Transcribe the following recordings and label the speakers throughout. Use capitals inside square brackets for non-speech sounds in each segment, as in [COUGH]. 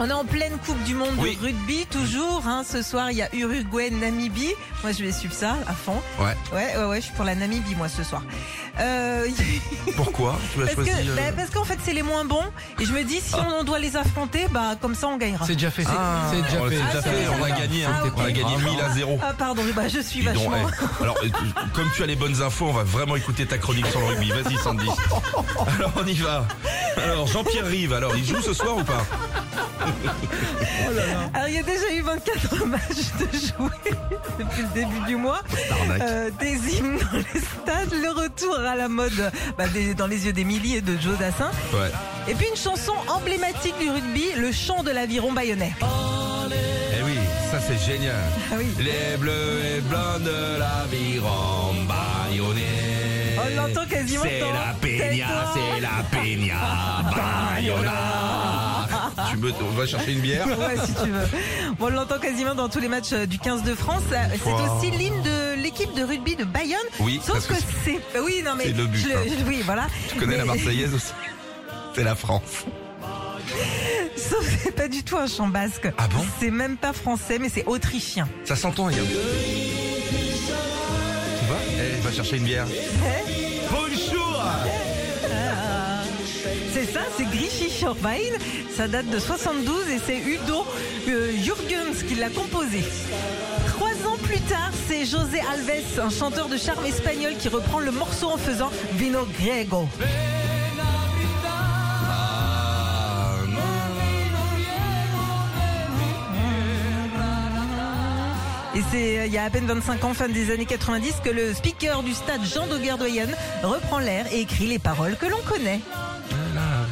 Speaker 1: On est en pleine Coupe du Monde
Speaker 2: Oui.
Speaker 1: de rugby, toujours. hein. Ce soir, il y a Uruguay, Namibie. Moi, je vais suivre ça à fond.
Speaker 3: Ouais.
Speaker 1: Ouais, ouais, ouais, je suis pour la Namibie, moi, ce soir. Euh, [LAUGHS]
Speaker 2: Pourquoi Tu l'as
Speaker 1: parce
Speaker 2: choisi
Speaker 1: que-
Speaker 2: euh,
Speaker 1: bah, parce qu'en fait, c'est les moins bons. Et je me dis, si on doit les affronter, bah, comme ça, on gagnera.
Speaker 4: C'est déjà fait. c'est-
Speaker 2: Ah,
Speaker 4: c'est déjà
Speaker 2: on
Speaker 4: fait.
Speaker 2: l'a déjà
Speaker 1: Ah,
Speaker 2: fait,
Speaker 1: c'est
Speaker 2: on a
Speaker 1: déjà
Speaker 2: gagné,
Speaker 1: fait.
Speaker 2: hein.
Speaker 1: Ah,
Speaker 2: on a
Speaker 1: ok.
Speaker 2: gagné
Speaker 1: Ah,
Speaker 2: 1000 à 0.
Speaker 1: Ah, pardon, bah, je suis
Speaker 2: Dis donc,
Speaker 1: vachement.
Speaker 2: eh. Alors, euh, tu- comme tu as les bonnes infos, on va vraiment écouter ta chronique sur le rugby. Vas-y, Sandy. Alors, on y va. Alors, Jean-Pierre Rive, alors, il joue ce soir ou pas
Speaker 1: Alors, il y a déjà eu 24 [LAUGHS] matchs de jouer [LAUGHS] depuis le début du mois. Euh, des hymnes dans les stades, le retour à la mode bah, des- dans les yeux d'Emilie et de Joe Dassin.
Speaker 2: Ouais.
Speaker 1: Et puis une chanson emblématique du rugby, le chant de l'aviron bayonnais.
Speaker 2: Eh oui, ça, c'est génial.
Speaker 1: Ah oui.
Speaker 2: Les bleus et blancs de la Viron Bayonnais.
Speaker 1: On l'entend quasiment
Speaker 2: C'est
Speaker 1: dans-
Speaker 2: la peña,
Speaker 1: dans-
Speaker 2: c'est la
Speaker 1: [LAUGHS]
Speaker 2: peña Bayona. Tu me, on va chercher une bière.
Speaker 1: Ouais, si tu veux. Bon, on l'entend quasiment dans tous les matchs euh, du 15 de France. Euh, C'est
Speaker 2: Wow.
Speaker 1: aussi l'hymne de l'équipe de rugby de Bayonne.
Speaker 2: Oui, parce
Speaker 1: Sauf
Speaker 2: que
Speaker 1: que c'est. Bah Oui, non, mais.
Speaker 2: c'est le but,
Speaker 1: je
Speaker 2: hein.
Speaker 1: je- oui, voilà.
Speaker 2: Tu connais la
Speaker 1: Mais-
Speaker 2: Marseillaise aussi C'est la France.
Speaker 1: [LAUGHS] Sauf que c'est pas du tout un chant basque.
Speaker 2: Ah bon
Speaker 1: C'est même pas français, mais c'est autrichien.
Speaker 2: Ça s'entend, il y a- Tu vois Eh, va chercher une bière.
Speaker 1: Eh?
Speaker 2: Bonjour
Speaker 1: C'est ça, c'est Grichy Schorbein. Ça date de 72 et c'est Udo euh, Jürgens qui l'a composé. Trois ans plus tard, c'est José Alves, un chanteur de charme espagnol, qui reprend le morceau en faisant Vino Griego.
Speaker 2: Ah,
Speaker 1: Et c'est euh, il y a à peine 25 ans, fin des années 90, que le speaker du stade Jean de Guerdoyenne reprend l'air et écrit les paroles que l'on connaît. [LAUGHS]
Speaker 4: Ah,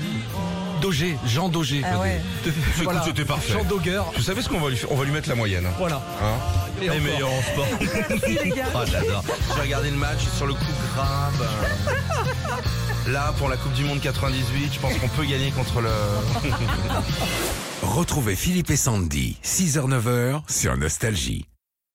Speaker 4: Daugé, Jean Daugé.
Speaker 1: Ah ouais.
Speaker 2: Écoute,
Speaker 4: [LAUGHS] Voilà.
Speaker 2: c'était parfait.
Speaker 4: Jean Dauger.
Speaker 2: Vous savez ce qu'on va lui faire On va lui mettre la moyenne. hein.
Speaker 4: Voilà.
Speaker 2: Hein
Speaker 4: Et
Speaker 2: Les
Speaker 4: encore.
Speaker 2: meilleurs en
Speaker 4: [LAUGHS]
Speaker 2: sport.
Speaker 1: Merci les gars.
Speaker 2: Oh, j'adore. J'ai regardé le match sur le coup grave. euh. Là, pour la Coupe du Monde 98, je pense qu'on peut gagner contre le.
Speaker 3: Retrouvez Philippe et Sandy, 6h-9h sur Nostalgie.